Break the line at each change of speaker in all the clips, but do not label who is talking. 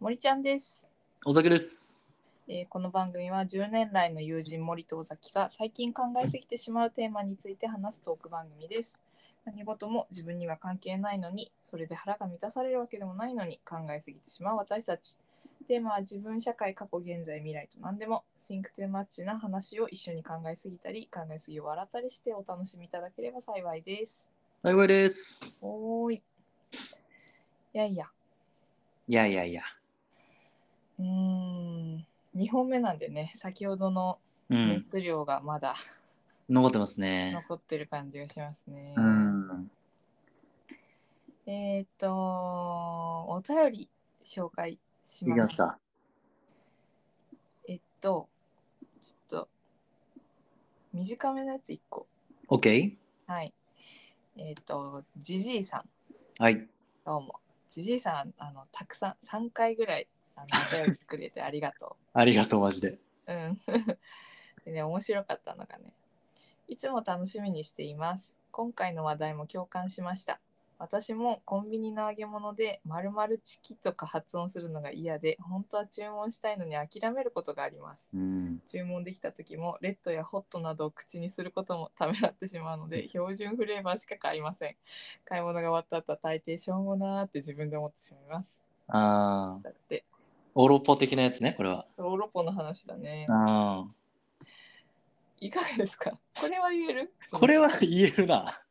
森ちゃんです、
お酒です。
えーこの番組は10年来の友人森と尾崎が最近考えすぎてしまうテーマについて話すトーク番組です何事も自分には関係ないのにそれで腹が満たされるわけでもないのに考えすぎてしまう私たちテーマは自分社会過去現在未来と何でも Think too much な話を一緒に考えすぎたり考えすぎを笑ったりしてお楽しみいただければ幸いです
幸いです。
おーいいやいや
いやいやいや。
うーん2本目なんでね先ほどの
うん。
熱量がまだ
残ってますね。
残ってる感じがしますね。
うん。
えーっとお便り紹介し
いき
ます。
ました。
えっとちょっと短めのやつ1個。
OK?
はい。えーっとじじいさん
はい。
どうも。じじいさんあのたくさん3回ぐらいあのお便りくれてありがとう。
ありがとう、マジで。
うん。 でね、面白かったのがね。いつも楽しみにしています。今回の話題も共感しました。私もコンビニの揚げ物で「まるまるチキ」とか発音するのが嫌で本当は注文したいのに諦めることがあります
うん。
注文できた時もレッドやホットなどを口にすることもためらってしまうので標準フレーバーしか買いません買い物が終わった後は大抵しょうもなーって自分で思ってしまいます
ああ。
だって
オロポ的なやつね、これは。
ローロポの話だね
ああ。
いかがですかこれは言える
これは言えるな。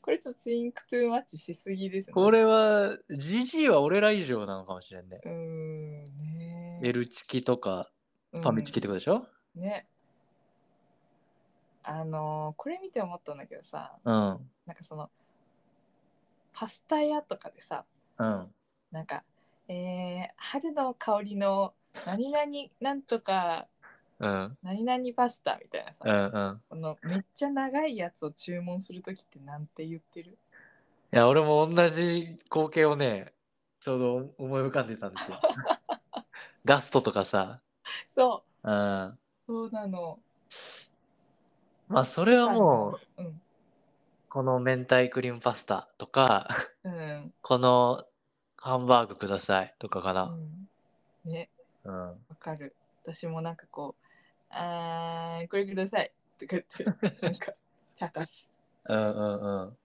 これちょっとツインクトゥーマッチしすぎですね。
これは、GG は俺ら以上なのかもしれんね。
うーんね。
L チキとか、
フ
ファミチキってことでしょ
ね。あのーこれ見て思ったんだけどさ、
うん。
なんかそのパスタ屋とかでさ、
うん。
なんか、えー春の香りの何々なんとか
うん。
何々パスタみたいなさ、
うん。うん。
このめっちゃ長いやつを注文するときってなんて言ってる
いや、俺も同じ光景をね、ちょうど思い浮かんでたんですよ。 ガストとかさ。
そ
うん。
う、そうなの。
まあそれはも
う
う
ん。
この明太クリームパスタとか
うん。
このハンバーグくださいとかか
う
な。
ん、ね。
うん、
わかる。私もなんかこう、あーこれくださいとか 言って、なんか、茶化す。
うん、うんうん。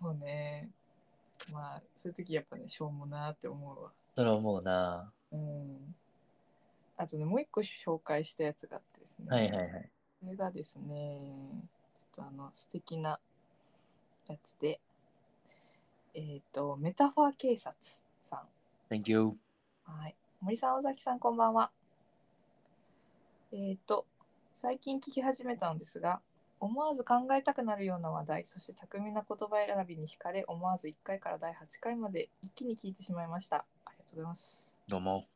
そうね。まあ、そういう時やっぱね、しょうもなーって思うわ。
それは思うな。
うん。あとね、もう一個紹介したやつがあってですね。
はいはいはい。
これがですね、ちょっとあの、素敵なやつで、えっ、と、メタファー警察さん。
Thank you.
はい。森さん、尾崎さん、こんばんは。えっ、と、最近聞き始めたのですが、思わず考えたくなるような話題、そして巧みな言葉選びに惹かれ、思わず1回から第8回まで一気に聞いてしまいました。ありがとうございます。
どうも。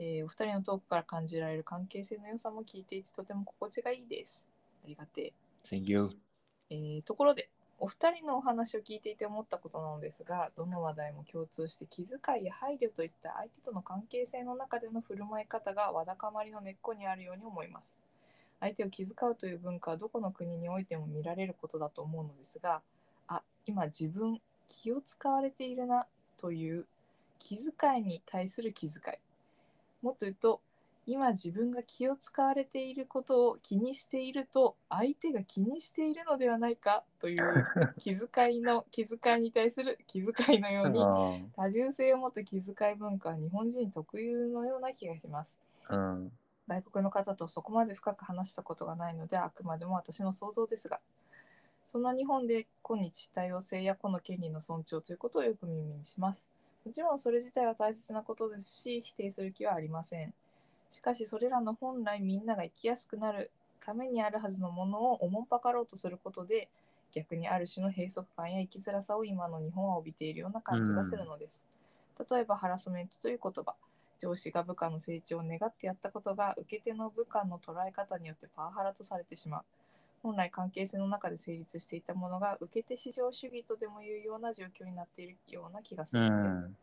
えーお二人のトークから感じられる関係性の良さも聞いていてとても心地がいいです。ありがてえ。
Thank you.
えーところでお二人のお話を聞いていて思ったことなのですがどの話題も共通して気遣いや配慮といった相手との関係性の中での振る舞い方がわだかまりの根っこにあるように思います相手を気遣うという文化はどこの国においても見られることだと思うのですがあ今自分気を使われているなという気遣いに対する気遣いもっと言うと今自分が気を使われていることを気にしていると相手が気にしているのではないかという気遣いの気遣いに対する気遣いのように
うん
多重性を持った気遣い文化は日本人特有のような気がします。
うん。
外国の方とそこまで深く話したことがないのであくまでも私の想像ですがそんな日本で今日多様性や個の権利の尊重ということをよく耳にしますもちろんそれ自体は大切なことですし否定する気はありませんしかしそれらの本来みんなが生きやすくなるためにあるはずのものをおもんぱかろうとすることで逆にある種の閉塞感や生きづらさを今の日本は帯びているような感じがするのです、例えばハラスメントという言葉上司が部下の成長を願ってやったことが受け手の部下の捉え方によってパワハラとされてしまう本来関係性の中で成立していたものが受け手至上主義とでもいうような状況になっているような気がす
う
るのです、
ん。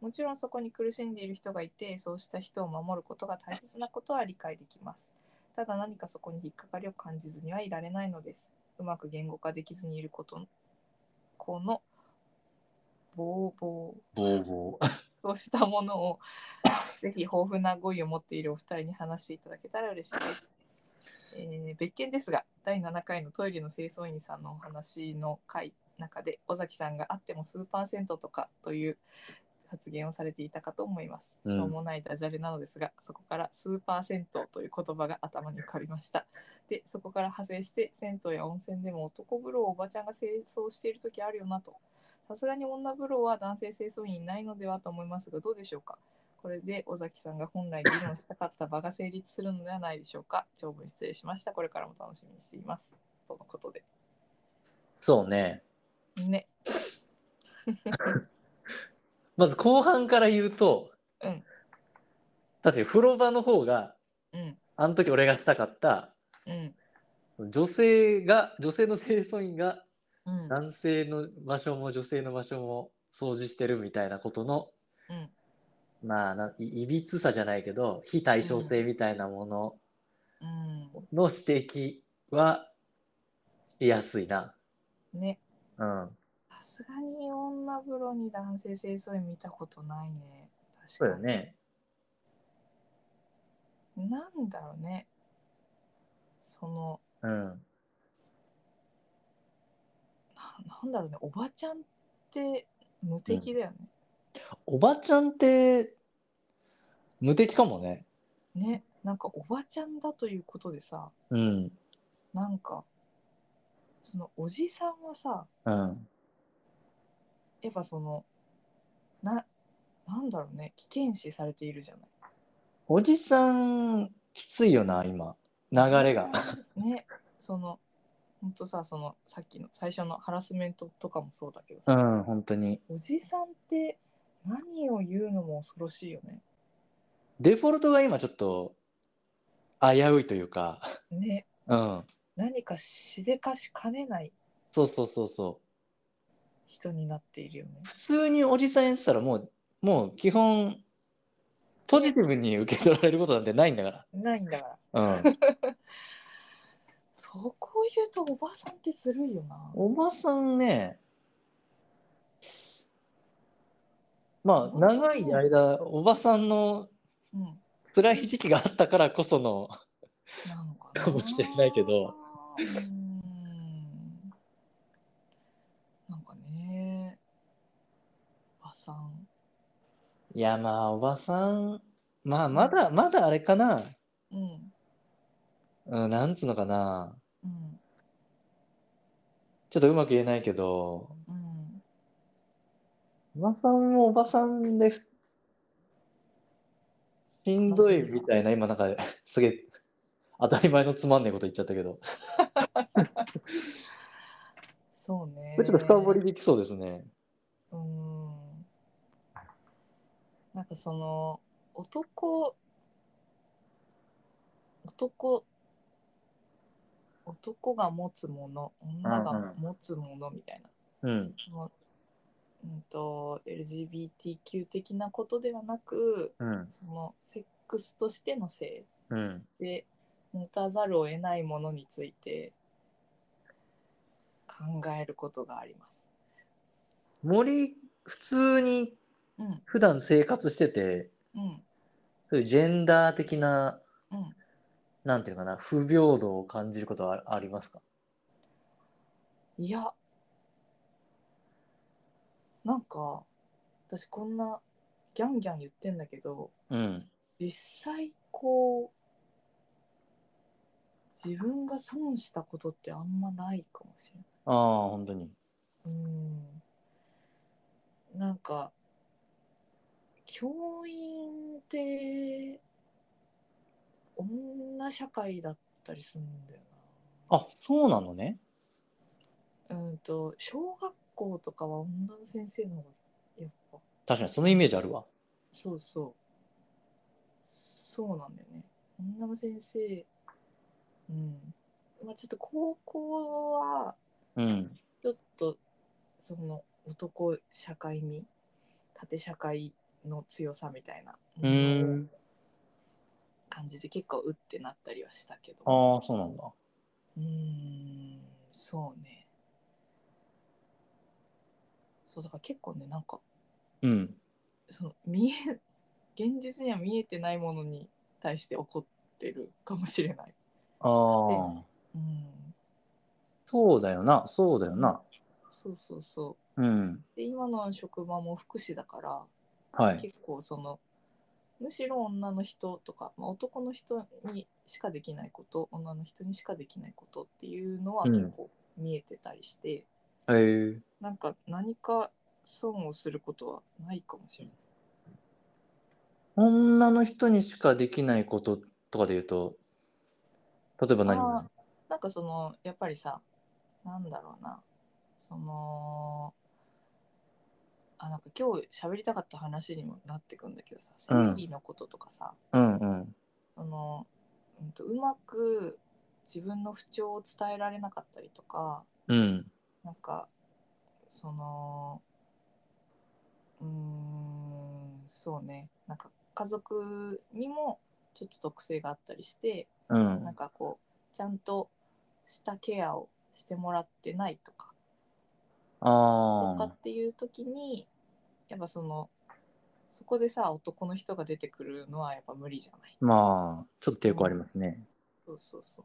もちろんそこに苦しんでいる人がいてそうした人を守ることが大切なことは理解できますただ何かそこに引っかかりを感じずにはいられないのですうまく言語化できずにいることこのぼうぼう
ボーボ
としたものをぜひ豊富な語彙を持っているお二人に話していただけたら嬉しいです。えー別件ですが第7回のトイレの清掃員さんのお話の回中で尾崎さんがあっても数パーセントとかという発言をされていたかと思います。
うん
しょうもないダジャレなのですが、そこから数パーセントという言葉が頭に浮かびました。でそこから派生して銭湯や温泉でも男風呂をおばちゃんが清掃している時あるよなとさすがに女風呂は男性清掃員いないのではと思いますがどうでしょうかこれで尾崎さんが本来議論したかった場が成立するのではないでしょうか長文失礼しましたこれからも楽しみにしていますとのことで
そうね。
ね
まず後半から言うと、
うん
確かに風呂場の方が、
うん
あの時俺がしたかった、
うん
女性が、女性の清掃員が
うん
男性の場所も女性の場所も掃除してるみたいなことの、
うん
まあない、いびつさじゃないけど、非対称性みたいなもの
う
の指摘はしやすいな。
んね
うん。
さすがに女風呂に男性清掃員見たことないね確
そう
か
よ
に、
ね。
なんだろうねその
うん。
ななんだろうねおばちゃんって無敵だよね、
おばちゃんって、無敵かもね。
ねなんかおばちゃんだということでさ
うん。
なんかそのおじさんはさ
うん。
やっぱそのななんだろうね危険視されているじゃない
おじさん、きついよな、今。流れが
お。じさん ねそのほんとさそのさっきの最初のハラスメントとかもそうだけど
う
さ、
ん、本当に。
おじさんって何を言うのも恐ろしいよね
デフォルトが今ちょっと、危ういというか。
ね
うん。
何かしでかしかねない
そうそうそうそう。
人になっているよね
普通におじさんやってたらもうもう基本ポジティブに受け取られることなんてないんだか
ないんだから
ら、うん、
そこを言うとおばさんってずるいよな
おばさんねま
おば
あ
さん
長い間おばさんの
うん
辛い時期があったからこその
なのかな
かもしれないけど。
うーんなんかね、おばさん。
いやまあおばさんまあまだまだあれかな、
うん。
うん、なんつうのかな
うん。
ちょっとうまく言えないけど
うん。
おばさんもおばさんでふしんどいみたいな今なんか すげえ当たり前のつまんねえこと言っちゃったけど、
そうね
こ。れちょっと深掘り。できそうですね
うーん。なんかその、男、男、男が持つもの、女が持つものみたいな。
うん
もううんと LGBTQ 的なことではなく
うん
そのセックスとしての性
うん
で持たざるを得ないものについて考えることがあります。
森普通に
うん
普段生活してて
うん
そういうジェンダー的な
うん、
なんていうのかな不平等を感じることはあありますか
いやなんか私こんなギャンギャン言ってんだけど
うん
実際こう自分が損したことってあんまないかもしれない。
ああ本当に
うんなんか教員って女社会だったりするんだよ
あそうなのね
な。うんと小学校とかは女の先生の方がやっぱ
確かにそのイメージあるわ
そうそうそうなんだよね。女の先生うんまあちょっと高校は
うん
ちょっとその男社会味縦社会の強さみたいな
うーん
感じで結構うってなったりはしたけど
ああそうなんだ
うーんそうねそうだから結構ねなんか
うん。
その見え現実には見えてないものに対して怒ってるかもしれない。
ああ。
うん、
そうだよな。そうだよな。
そうそうそ
うん。
うで今の職場も福祉だから、
はい。
結構そのむしろ女の人とか、まあ、男の人にしかできないこと女の人にしかできないことっていうのは
うん
結構見えてたりして、
へえ。
なんか何か損をすることはないかもしれない。
女の人にしかできないこととかで言うと、例えば何になる
なんかそのやっぱりさなんだろうなそのあなんか今日喋りたかった話にもなってくんだけどさ
うん
生理のこととかさ、
うんうん。
そのうん、とうまく自分の不調を伝えられなかったりとか
うん。
なんかそのうーんそうねなんか家族にもちょっと特性があったりして、
う
なん
ん。
かこうちゃんとしたケアをしてもらってないとかとか
あ
っていう時にやっぱそのそこでさ男の人が出てくるのはやっぱ無理じゃない
あ。まあ、ちょっと抵抗ありますね。
そうそうそう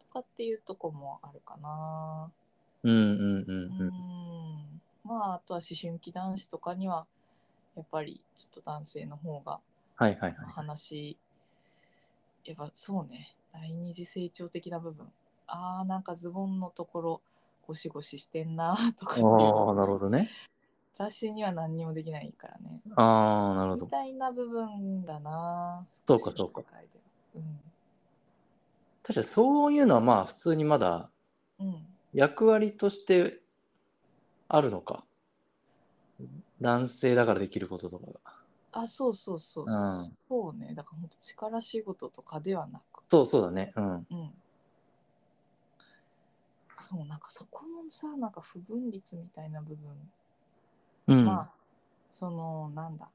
とかっていうとこもあるかな
うんうん
うん
ううん。
んまああとは思春期男子とかにはやっぱりちょっと男性の方が
はいはいはい。
話やっぱそうね第二次成長的な部分あーなんかズボンのところゴシゴシしてんな とかっ
ああ
ていうと
ー、なるほどね。
私には何にもできないからね
ああ、なるほ
み
ど。
たいな部分だな
そうかそうか
世界では
確かにそういうのはまあ普通にまだ
うん、うん、
役割としてあるのか。男性だからできることとかが。
あそうそうそう、
うん
そうねだから本当力仕事とかではなく
そうそうだね。うん。
うんそうなんかそこのさなんか不分率みたいな部分
うん。
まあそのなんだ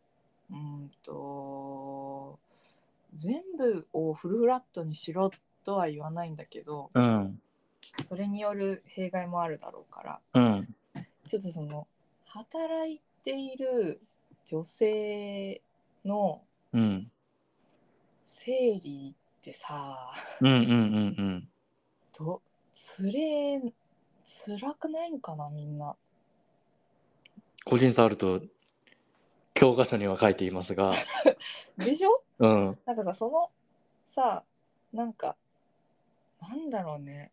うーんと全部をフルフラットにしろとは言わないんだけど
うん。
それによる弊害もあるだろうから
うん。
ちょっとその働いている女性の
うん。
生理ってさ
うんうんうんうん。
どつれ辛くないんかなみんな。
個人差あると教科書には書いていますが、
でしょ
うん。
なんかさそのさなんかなんだろうね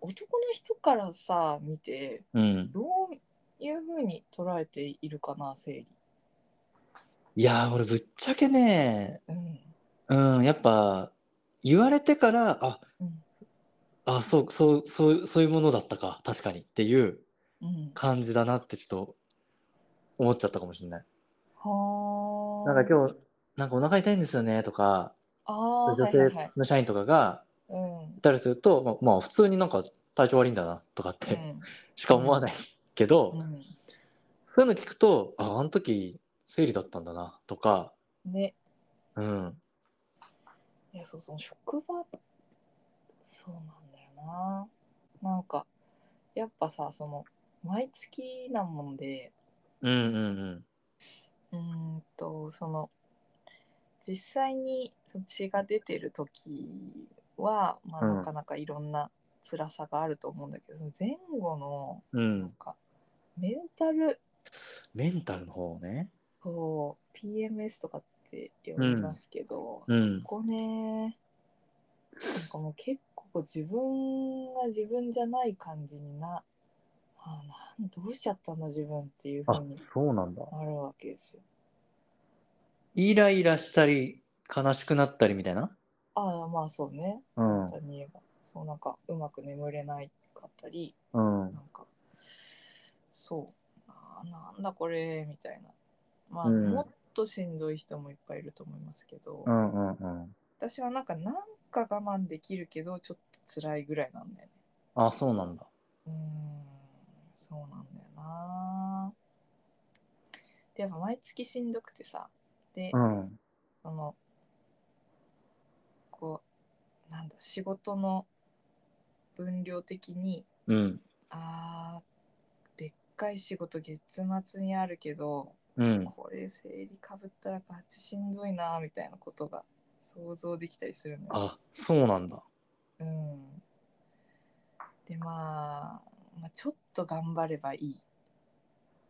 男の人からさ見て
うん。
どういうふうに捉えているかな生理。
いやー、俺ぶっちゃけね、
うん
うん、やっぱ言われてから、あ、
うん
あ、そう、そう、そう、そういうものだったか、確かにっていう
うん、
感じだなってちょっと思っちゃったかもしれない。
はあ。
なんか今日、なんかお腹痛いんですよねとか、
あー
女
はいはいはい
性。の社員とかが
うん
いたりすると、まあまあ普通になんか体調悪いんだなとかっ
う
て
ん
しか思わないけど、
う
そういうの聞くと、あ、あの時生理だったんだなとか、
ん、ね
うん、
いやそうその職場そうなんだよななんかやっぱさその毎月なもんで
うんうんうん。
うーんとその実際にその血が出てる時は、まあ、
うん
なかなかいろんな辛さがあると思うんだけど、その前後の
う
なん
ん、
かメンタル
メンタルの方ね。
そう PMS とかって呼びますけど、
うん
ここねなんかもう結構自分が自分じゃない感じになあなんどうしちゃったんだ自分っていうふうに
そうなんだ。
なるわけですよ。
イライラしたり、悲しくなったりみたいな。
ああまあそうね
うん
簡単に言えば、そうなんかうまく眠れないかったり
うん
なんかそうあーなんだこれみたいなまあ、
うん
もっとしんどい人もいっぱいいると思いますけど、
うんうんうん。
私はなんかなんか我慢できるけどちょっと辛いぐらいなんだよね
あ、そうなんだ。
うーんそうなんだよなでやっぱ毎月しんどくてさで、
うん。
そのこうなんだ仕事の分量的に
うん。
あーで回仕事月末にあるけど、
うん。
これ生理かぶったらバチしんどいなみたいなことが想像できたりするのよ。
あ、そうなんだ。
うん、で、まあ、まあちょっと頑張ればいい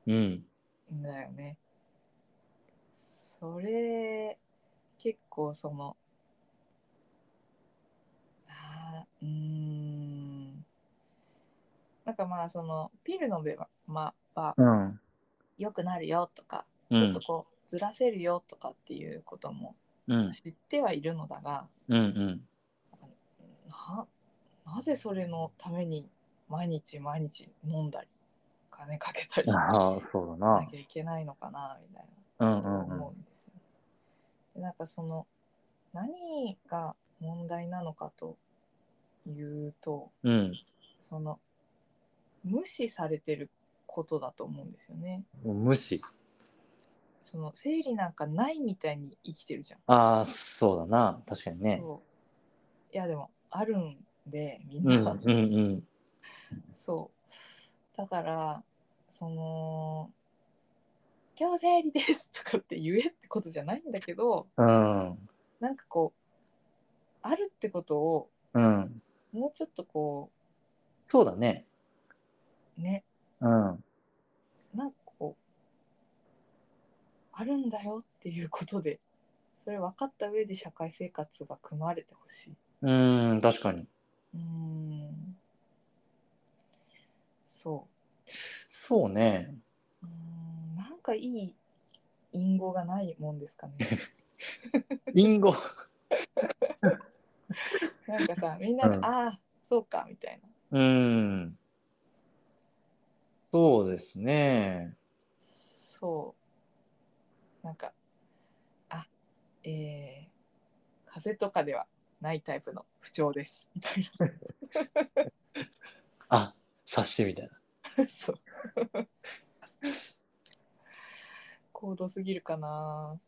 うん。
んだよね。それ結構そのあーうーんなんかまあそのピル飲めば、まあ、まあ
うん。
良くなるよとか
う
ちょっ
ん
と。こうずらせるよとかっていうことも
うん。
知ってはいるのだが、
うん。うん。
ななぜそれのために毎日毎日飲んだりお金かけたりし
あ
な
あ、そうだ
な
な。
きゃいけないのかなみたい
うん
な
う
ことを
んうん
思。うんですよ、ねでなんかその何が問題なのかというと
うん。
その無視されてることだと思うんですよね。
もう無視。
その生理なんかないみたいに生きてるじゃん。
ああ、そうだな。確かにね。
そういやでもあるんでみん
う
な、
ん。うん。うん。
そうだからその「今日生理です」とかって言えってことじゃないんだけど
うん。
なんかこうあるってことを
うん。
もうちょっとこ
そうだね。
うね
うん。
なんかこうあるんだよっていうことでそれ分かった上で社会生活が組まれてほしい。
うん、確かに。
うーんそう
そうね。
うーんなんかいい隠語がないもんです かね。
リンゴ。
なんかさ、みんなが、
うん
ああ、そうか、みたいな。
うん。そうですね。
そう。なんか、あ、えー、風邪とかではないタイプの不調です、みたい
あ、察しみたいな。
な。 そう。高度すぎるかな。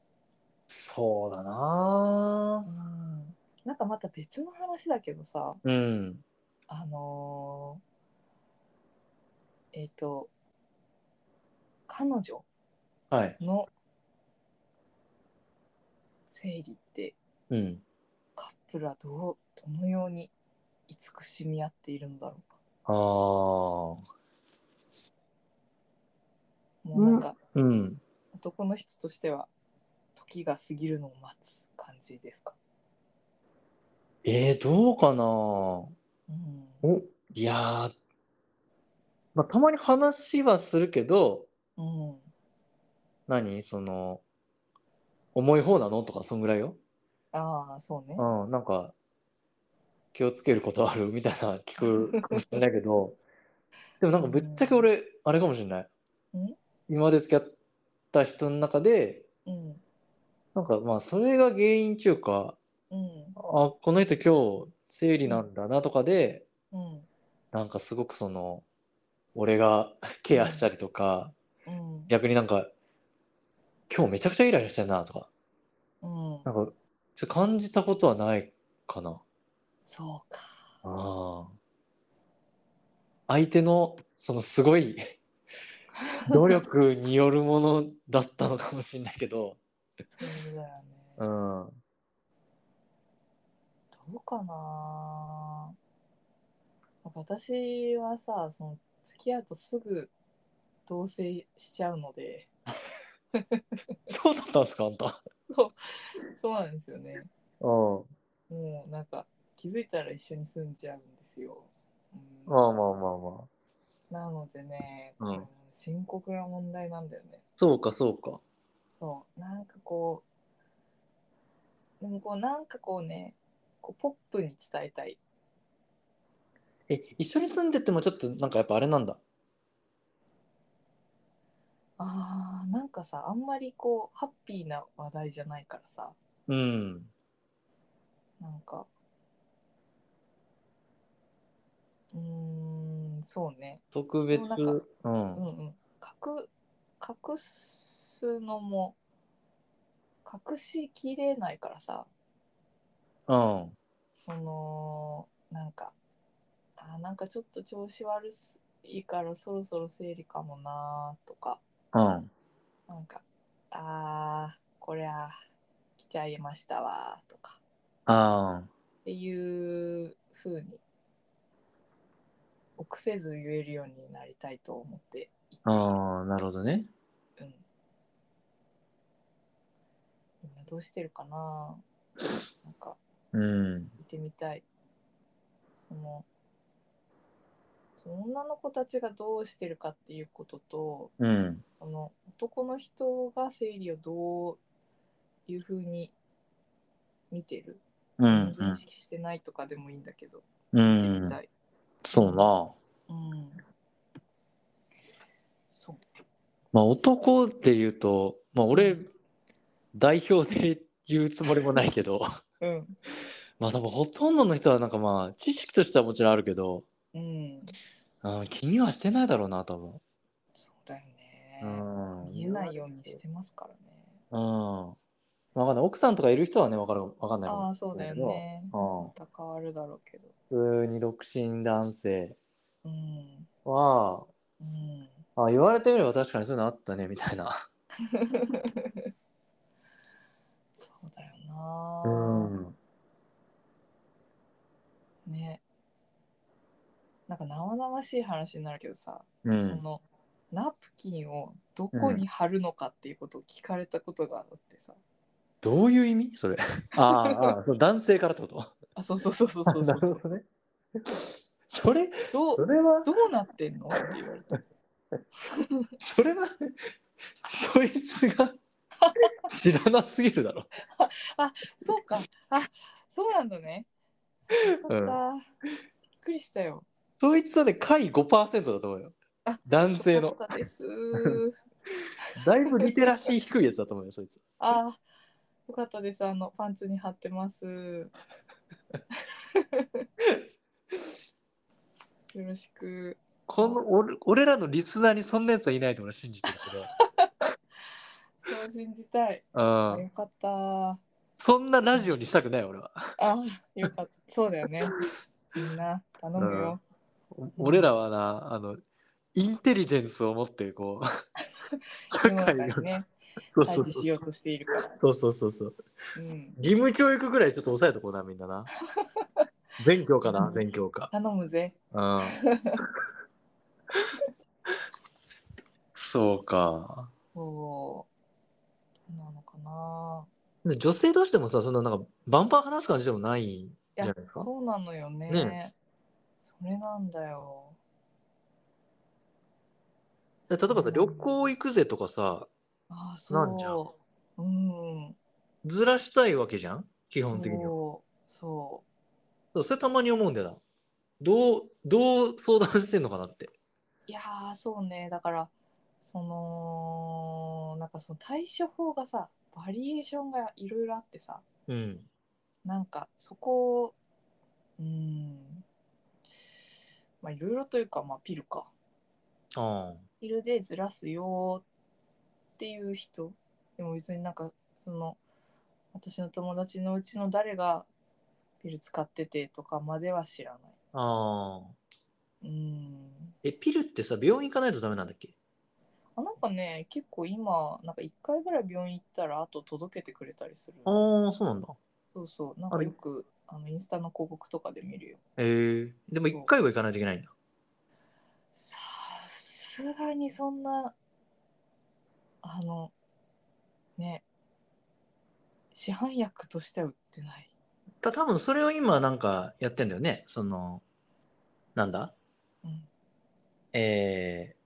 そうだな
う。ん。なんかまた別の話だけどさ、
うん。
あのーえっ、と、彼女
はい。
の生理って
うん。
カップルはどうどのように慈しみ合っているのだろうか
ああ。
もうなんか
うん。
男の人としては時が過ぎるのを待つ感じですか、
えー、どうかな
うん
おいやー、まあ、たまに話はするけど、
うん、
何その、重い方なのとか、そんぐらいよ。
ああそうね
うん、なんか、気をつけることあるみたいな聞くかもしれないけ ど、でもなんかぶっちゃけ俺、あれかもしれない
ん。
今まで付き合った人の中で、
うん
なんかまあ、それが原因中か、
うん
あ、この人今日、生理なんだなとかで、
うん
なんかすごくその俺が ケアしたりとか、
うん
逆になんか今日めちゃくちゃイライラしてるなとか
うん
なんかちょっと感じたことはないかな
そうか
ああ相手のそのすご い努力によるものだったのかもしれないけど
そうだよね、
うんうん
どうかななんか私はさその付き合うとすぐ同棲しちゃうので
そうだったんですかあんた
そうなんですよね
うん
もうなんか気づいたら一緒に住んじゃうんですよ。うん
まあまあまあまあ
なのでね、
うん
これ深刻な問題なんだよね。
そうかそうか
そうなんかこうでもこうなんかこうねこうポップに伝えたい。
え一緒に住んでてもちょっとなんかやっぱあれなんだ
あーなんかさあんまりこうハッピーな話題じゃないからさ
うん
なんかうーんそうね
特別
でもなんかう
う
んんうん隠隠すのも隠しきれないからさ
うん
そのなんかあーなんかちょっと調子悪すいいからそろそろ生理かもなーとか
うん。
なんかあーこりゃ来ちゃいましたわーとか
あ
っていう風に臆せず言えるようになりたいと思っていて
あ、ああ、なるほどね。
うん、みんなどうしてるかななんか
うん。
見てみたいそのその女の子たちがどうしてるかっていうことと
うん。
その男の人が生理をどういうふうに見てる、
うん。
全然意識してないとかでもいいんだけど、
う
見てみ
ん
た。い、
そうな。
うん、そう
まあ男で言うと、まあ俺、代表で言うつもりもないけど、
うん
まあ多分ほとんどの人はなんかまあ知識としてはもちろんあるけど、
うん
うん、気にはしてないだろうな、多分。
そうだよね、
うん。
見えないようにしてますからね、
うん。わかんない。奥さんとかいる人はね、わかる、わかんないか
あ
も
あ
しれ
そうだ
ない
よ
けど。
ね
うん
ま。た変わるだろうけど
普通に独身男性
うん
は、
うん
あ言われてみれば確かにそういうのあったねみたいな。
そうだよな、
うん。
ねなんか生々しい話になるけどさ、
う
そ
ん。
のナプキンをどこに貼るのかっていうことを聞かれたことがあってさ、
どういう意味それ。ああああ、その男性からってこと
あそうそうそうそうそうそうそう
どね。それ、
ど
そうれは、
どうなってんのって言われた
それは、そいつが知らなすぎるだろ。
そうかあそうなんだねよかった、びっくりしたよ
そいつはね、下位5%だと思うよ
あ。
男性
そう
の。
だったです
だいぶリテラシー低いやつだと思うよ、そいつ。
あよかったですあのパンツに貼ってますよろしく
この俺俺らのリスナーにそんなやつはいないと俺は信じてる けど。
そう信じたい。あ
うん
よかった。あ
そんなラジオにしたくない俺は。
よかった。そうだよね。みんな頼むよ。
俺らはな、あの、インテリジェンスを持って、こう、
世
社
の
会
中
を
にね、
そう
対
そう
峙
そ
しようとしているから。
うそうそうそう。
うん、
義務教育ぐらいちょっと抑えとこうな、みんなな。全教科
う
な、
ん
全教科。
頼むぜ。
うん。そうか。
そう。どうなのかな。
で女性同士でもさ、そんななんか、バンバン話す感じでもないん
い
じゃな
や
いです、か。
そうなのよね。
ね
それなんだよ。
で例えばさ、旅行行くぜとかさ、
ああ、
なんじゃ
そう。うん。
ずらしたいわけじゃん基本的には。
そう。そ
そうそれたまに思うんだよな。どう、どう相談してんのかなって。
う。いやー、そうね。だから、その、なんかその対処法がさ、バリエーションがいろいろあってさ。
うん。
なんかそこをうーんまあいろいろというか、まあ、ピルか
あ
ピルでずらすよっていう人でも別になんかその私の友達のうちの誰がピル使っててとかまでは知らない
あ。ああ。
うーん
え、ピルってさ、病院行かないとダメなんだっけ
あなんかね結構今なんか1回ぐらい病院行ったらあと届けてくれたりする
ああ、そうなんだ。
そうそうなんかよくあのインスタの広告とかで見るよ
ええでも一回は行かないといけないんだ。
さすがにそんなあのね市販薬としては売ってない
た多分それを今なんかやってんだよね。その、なんだ
うん
ええ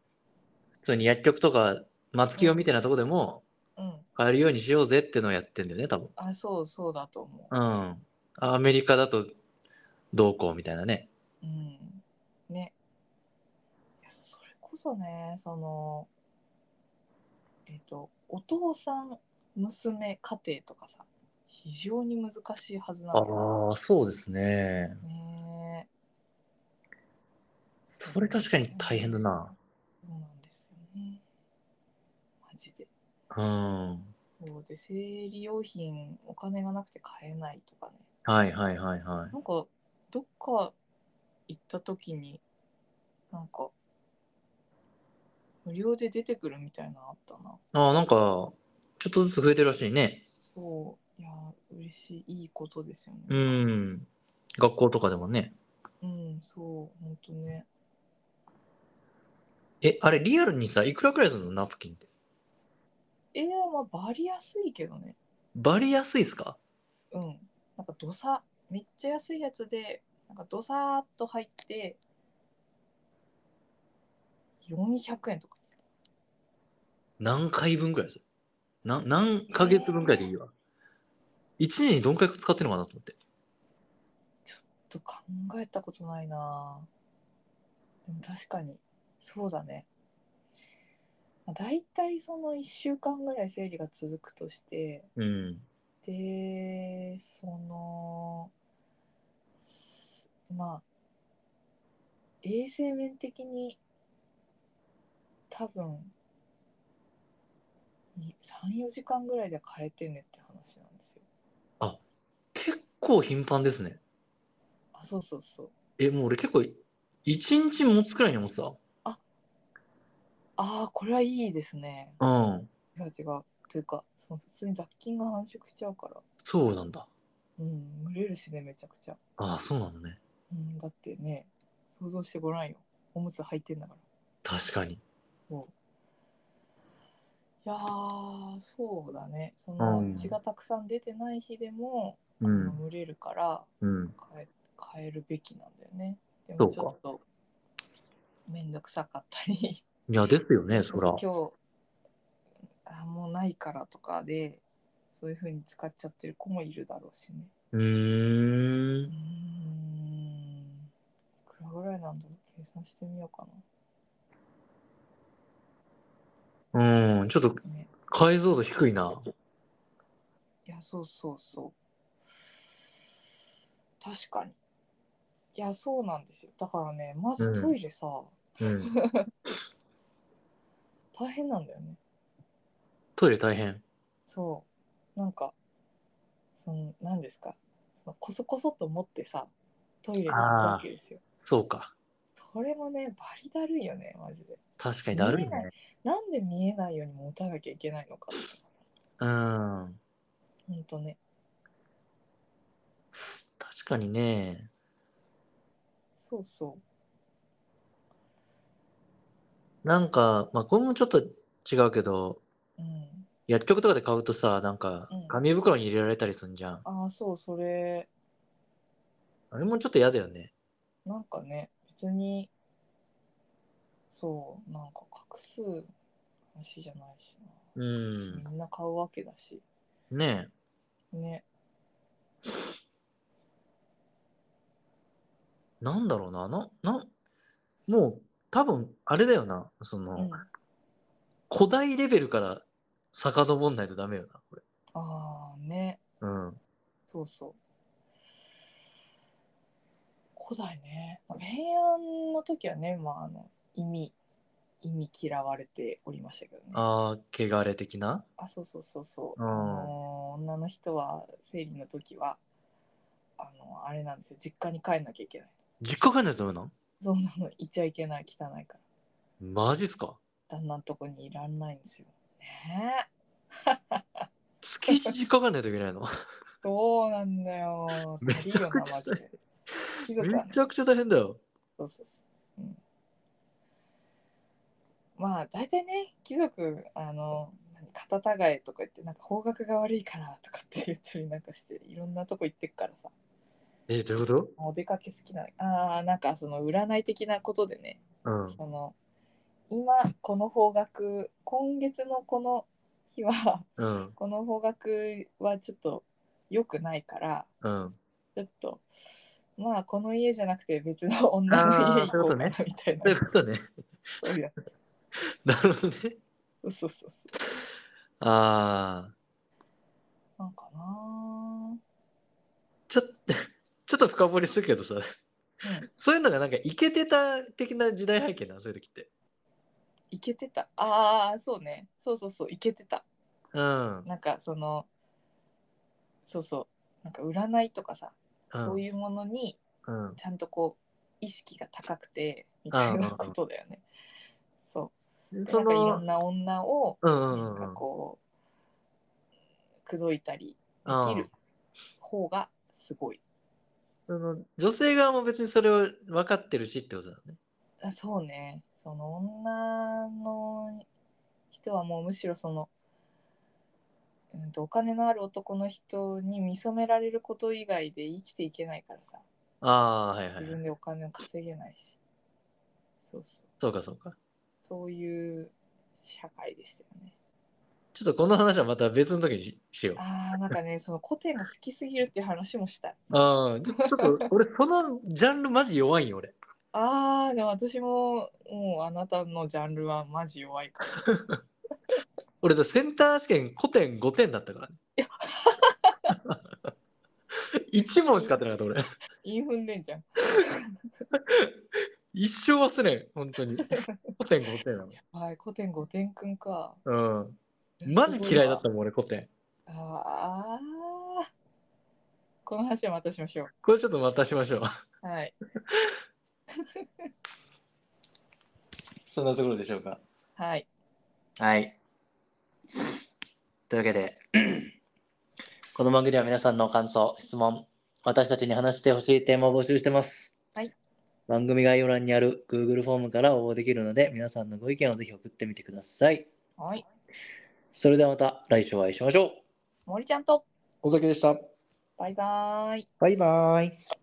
普通に薬局とか、松清みたいなとこでも
うん
買えるようにしようぜってのをやってんだよね、多分。
あそうそうだと思
うん。アメリカだとどうこうみたいなね。
ううんねいやそそれこそねそのえっ、とお父さん娘家庭とかさ非常に難しいはずなんだよ
ああ、そうですね。
ね
それ確かに大変だな。
そうなんですよねマジで
うん。
そうで生理用品お金がなくて買えないとかね
はいはいはいはい
な。んかどっか行った時になんか無料で出てくるみたいなのあったな。
ああ、なんか、ちょっとずつ増えてるらしいね。
そう、いやー、嬉しい、いいことですよね。
うん。学校とかでもね。
うん、そう、本当ね。
え、あれ、リアルにさ、いくらくらいするのナプキンって。
えー、まあ、バリやすいけどね。
バリ安いっすか
うん。なんか、どさ、めっちゃ安いやつで、なんか、どさーっと入って、400円とか。
何回分くらいするな何ヶ月分くらいでいいわ。一年にどんくらい使ってるのかなと思って。
ちょっと考えたことないなぁでも確かにそうだねまあ大体その1週間ぐらい生理が続くとして
うん。
でそのすまあ衛生面的に多分34時間ぐらいで変えてねって話なんですよ
結構頻繁ですね。
あそうそうそう
え、もう俺結構、一日持つくらいに思ってた。
ああこれはいいですね
うん。
違う違うというかその普通に雑菌が繁殖しちゃうから
そうなんだ。
うん蒸れるしねめちゃくちゃ、
ああ、そうなのね。
うん、だってね想像してごらんよおむつ履いてんだから
確かに。
いやーそうだねそうの
ん
血がたくさん出てない日でも、
う
あの。蒸れるから
うん。
変え変えるべきなんだよねで
そ
も
うか
ちょっとめんどくさかったり
いや、ですよね、そら
今。日あもうないからとかでそういう風に使っちゃってる子もいるだろうしね
うー
うー
ん。
んいくらぐらいなんだろう計算してみようか
うん、ちょっと
な。ね、
解像度低いな。
いやそうそうそう。確かに。いやそうなんですよ。だからねまず
うん
トイレさ、
うん。
大変なんだよね。
トイレ大変。
そうなんかその何ですかそのこそこそと思ってさトイレに行くわけですよ。
そうか。
それもねバリだるいよねマジで。
確かにだるい
見えな
ね。
なんで見えないように持たなきゃいけないのかとかさ。
うん。
ほんとね。
確かにね。
そうそう。
なんか、まあ、これもちょっと違うけど、
うん、
薬局とかで買うとさ、なんか
うん、
紙袋に入れられたりすんじゃん。
ああそうそれ
あれもちょっと嫌だよね。
なんかね別にそうなんか画数の話じゃないし
う
な、
ん。
みんな買うわけだし
ね
ね
え。なんだろうな。な、な、もう、多分、あれだよな。その、
うん
古代レベルから遡んないとダメよな、これ。
ああね
うん。
そうそう古代ねなんか平安の時はねまああの意味意味嫌われておりましたけどね
ああ、汚れ的な
あそうそうそうそう、
うん
あのー女の人は生理の時はあのあれなんですよ実家に帰んなきゃいけない
実家帰んないとダメなん
そんなのいちゃいけない汚いか
マジっすから
旦那のとこにいらんないんですよねえ
月一実家帰んないといけない の
そうなんだよ
め
足り
ち
るよ
ゃ
な
くちゃ
マジで貴
め
族はね
ちゃくちゃ大変だよ。
そうそうそう、うん、まあ大体ね貴族あの何肩違いとか言ってなんか方角が悪いからとかって言ったりなんかしていろんなとこ行ってくからさ
えーどういうこ
お出かけ好きなあーなんかその占い的なことでね
とうん。
その今この方角今月のこの日は
うん。
この方角はちょっと良くないから
うん。
ちょっとまあこの家じゃなくて別の女の家
あー
行こうかな
そうい
み
うこ
たいな
ということね。
そういうやつ
なるほどね。
そうそうそうそ
ああ、
うなんかなぁ
ちょっと、 ちょっと深掘りするけどさ、そういうのがなんかイケてた的な時代背景なのそういう時って。
いけてたああそうねそうそうそういけてた
うん。
なんかそのそうそうなんか占いとかさ、そう
う
いうものに
ん。うん。
ちゃんとこう意識が高くてみたいなことだよね。そな
そ
んかいろ
の
んな女を
うんう
なん
んう
か
ん
こう口説いたりで
う
き
ん
る方がすごい。
その女性側も別にそれを分かってるしってことだよね。
あそうねその女の人はもうむしろその、うん、とお金のある男の人に見初められること以外で生きていけないからさ
ああーはいは
自
い、はい、
分でお金を稼げないしそうそう
そうかそうか。
そういう社会でしたよね。
ちょっとこの話はまた別の時にししよう。
ああなんかねその古典が好きすぎるっていう話もしたい。
ああちょちょっと俺そのジャンルマジ弱いよ俺。
ああでも私ももうあなたのジャンルはマジ弱いから
俺だセンター試験古典5点だったからね。1問しか合ってなかった俺。
韻踏んでんじゃん。
一生忘れん本当に。古典5点な
はい古典五点くんか。
の。うん。マジ嫌いだったもん俺古典。
ああこの話はまたしましょ
これちょっとまたしましょう。
う。はい。
そんなところでしょうか。
はい。
はい。というわけで、 この番組では皆さんの感想、質問、私たちに話してほしいテーマを募集してます。
はい。
番組概要欄にある Google フォームから応募できるので、皆さんのご意見をぜひ送ってみてください。
はい。
それではまた来週お会いしましょう。
森ちゃんと
お酒でした。
バイバーイ。
バイバイ。